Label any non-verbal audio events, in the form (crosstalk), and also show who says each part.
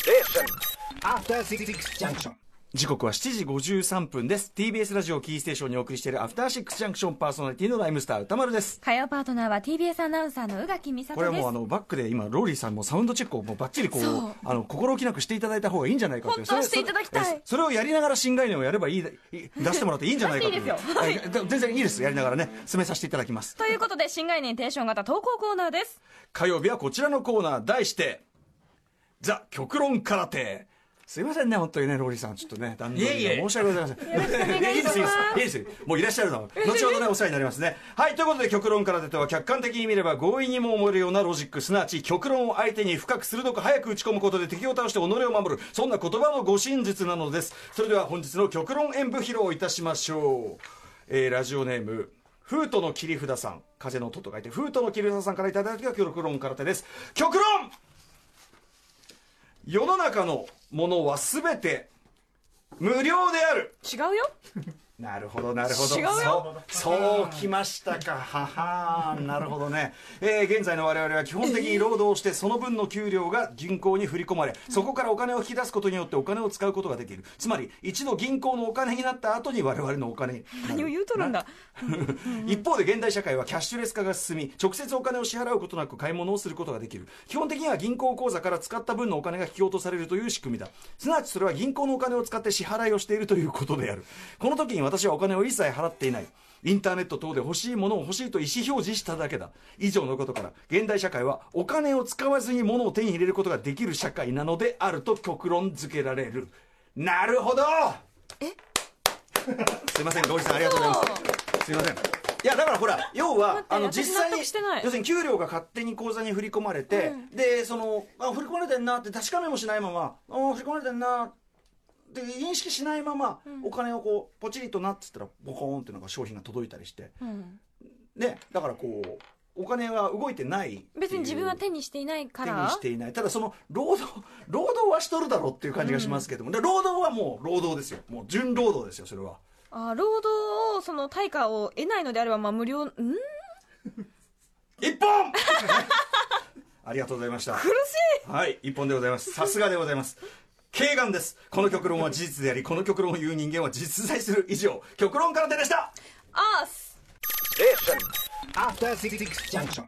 Speaker 1: Station. After Six Junction.
Speaker 2: 時刻は7時53分です TBS ラジオキーステーションにお送りしているアフターシックスジャンクションパーソナリティのライムスター歌丸です
Speaker 3: 火曜パートナーは TBS アナウンサーの宇垣美里です
Speaker 2: これはもうあのバックで今ローリーさんもサウンドチェックをもうバッチリこう
Speaker 3: そう
Speaker 2: あの心置きなくしていただいた方がいいんじゃないかという
Speaker 3: 本当はしていただきたい
Speaker 2: それそれをやりながら新概念をやればいいい出してもらっていいんじゃないかという
Speaker 3: 出していいですよはい
Speaker 2: え全然いいですやりながらね進めさせていただきます
Speaker 3: ということで新概念提唱型投稿コーナーです
Speaker 2: 火曜日はこちらのコーナー題して「ザ極論空手」すいませんね本当にねローリーさんちょっとね段取りが
Speaker 1: いえいえ
Speaker 2: 申し訳ございません
Speaker 3: くお願いしま
Speaker 2: で
Speaker 3: す
Speaker 2: すよいいですよもういらっしゃるの後ほどねお世話になりますねはいということで極論空手とは客観的に見れば強引にも思えるようなロジックすなわち極論を相手に深く鋭く早く打ち込むことで敵を倒して己を守るそんな言葉の護身術なのですそれでは本日の極論演舞披露いたしましょう、えーラジオネームフートの切り札さん風の音と書いてフートの切り札さんからいただいた極論空手です極論世の中のものは全て無料である
Speaker 3: 違うよ
Speaker 2: なるほどなるほど
Speaker 3: 違うよ
Speaker 2: そうそうきましたかははーなるほどね、えー現在の我々は基本的に労働をしてその分の給料が銀行に振り込まれそこからお金を引き出すことによってお金を使うことができるつまり一度銀行のお金になった後に我々のお金にな
Speaker 3: (laughs) 何を
Speaker 2: る
Speaker 3: 言うとるんだ
Speaker 2: 一方で現代社会はキャッシュレス化が進み直接お金を支払うことなく買い物をすることができる基本的には銀行口座から使った分のお金が引き落とされるという仕組みだすなわちそれは銀行のお金を使って支払いをしているということであるこの時に私はお金を一切払っていないインターネット等で欲しいものを欲しいと意思表示しただけだ以上のことから現代社会はお金を使わずに物を手に入れることができる社会なのであると極論付けられるなるほどえ (laughs) すいませんロリさんありがとうございますすいませんいやだからほら要は
Speaker 3: 待って
Speaker 2: あの
Speaker 3: 私
Speaker 2: 実際
Speaker 3: 納
Speaker 2: に
Speaker 3: 得してない
Speaker 2: 要するに給料が勝手に口座に振り込まれて、でそのあ振り込まれてんなって確かめもしないままあー振り込まれてんなって認識しないまま、お金をこうポチリとなっつったらボコーンってなんか商品が届いたりして
Speaker 3: うん
Speaker 2: ねだからこうお金は動いてないっていう
Speaker 3: 別に自分は手にしていないか
Speaker 2: 手
Speaker 3: ら
Speaker 2: にしていないただその労働労働はしとるだろうっていう感じがしますけども、で労働はもう労働ですよもう純労働ですよそれは
Speaker 3: あ労働をその対価を得ないのであればまあ無料ん苦しい
Speaker 2: 一本 (laughs) ありがとうございましたはい一本でございますさすがでございます軽眼ですこの極論は事実でありこの極論を言う人間は実在する以上極論空手でした
Speaker 3: あーす
Speaker 1: Station.
Speaker 2: After Six Junction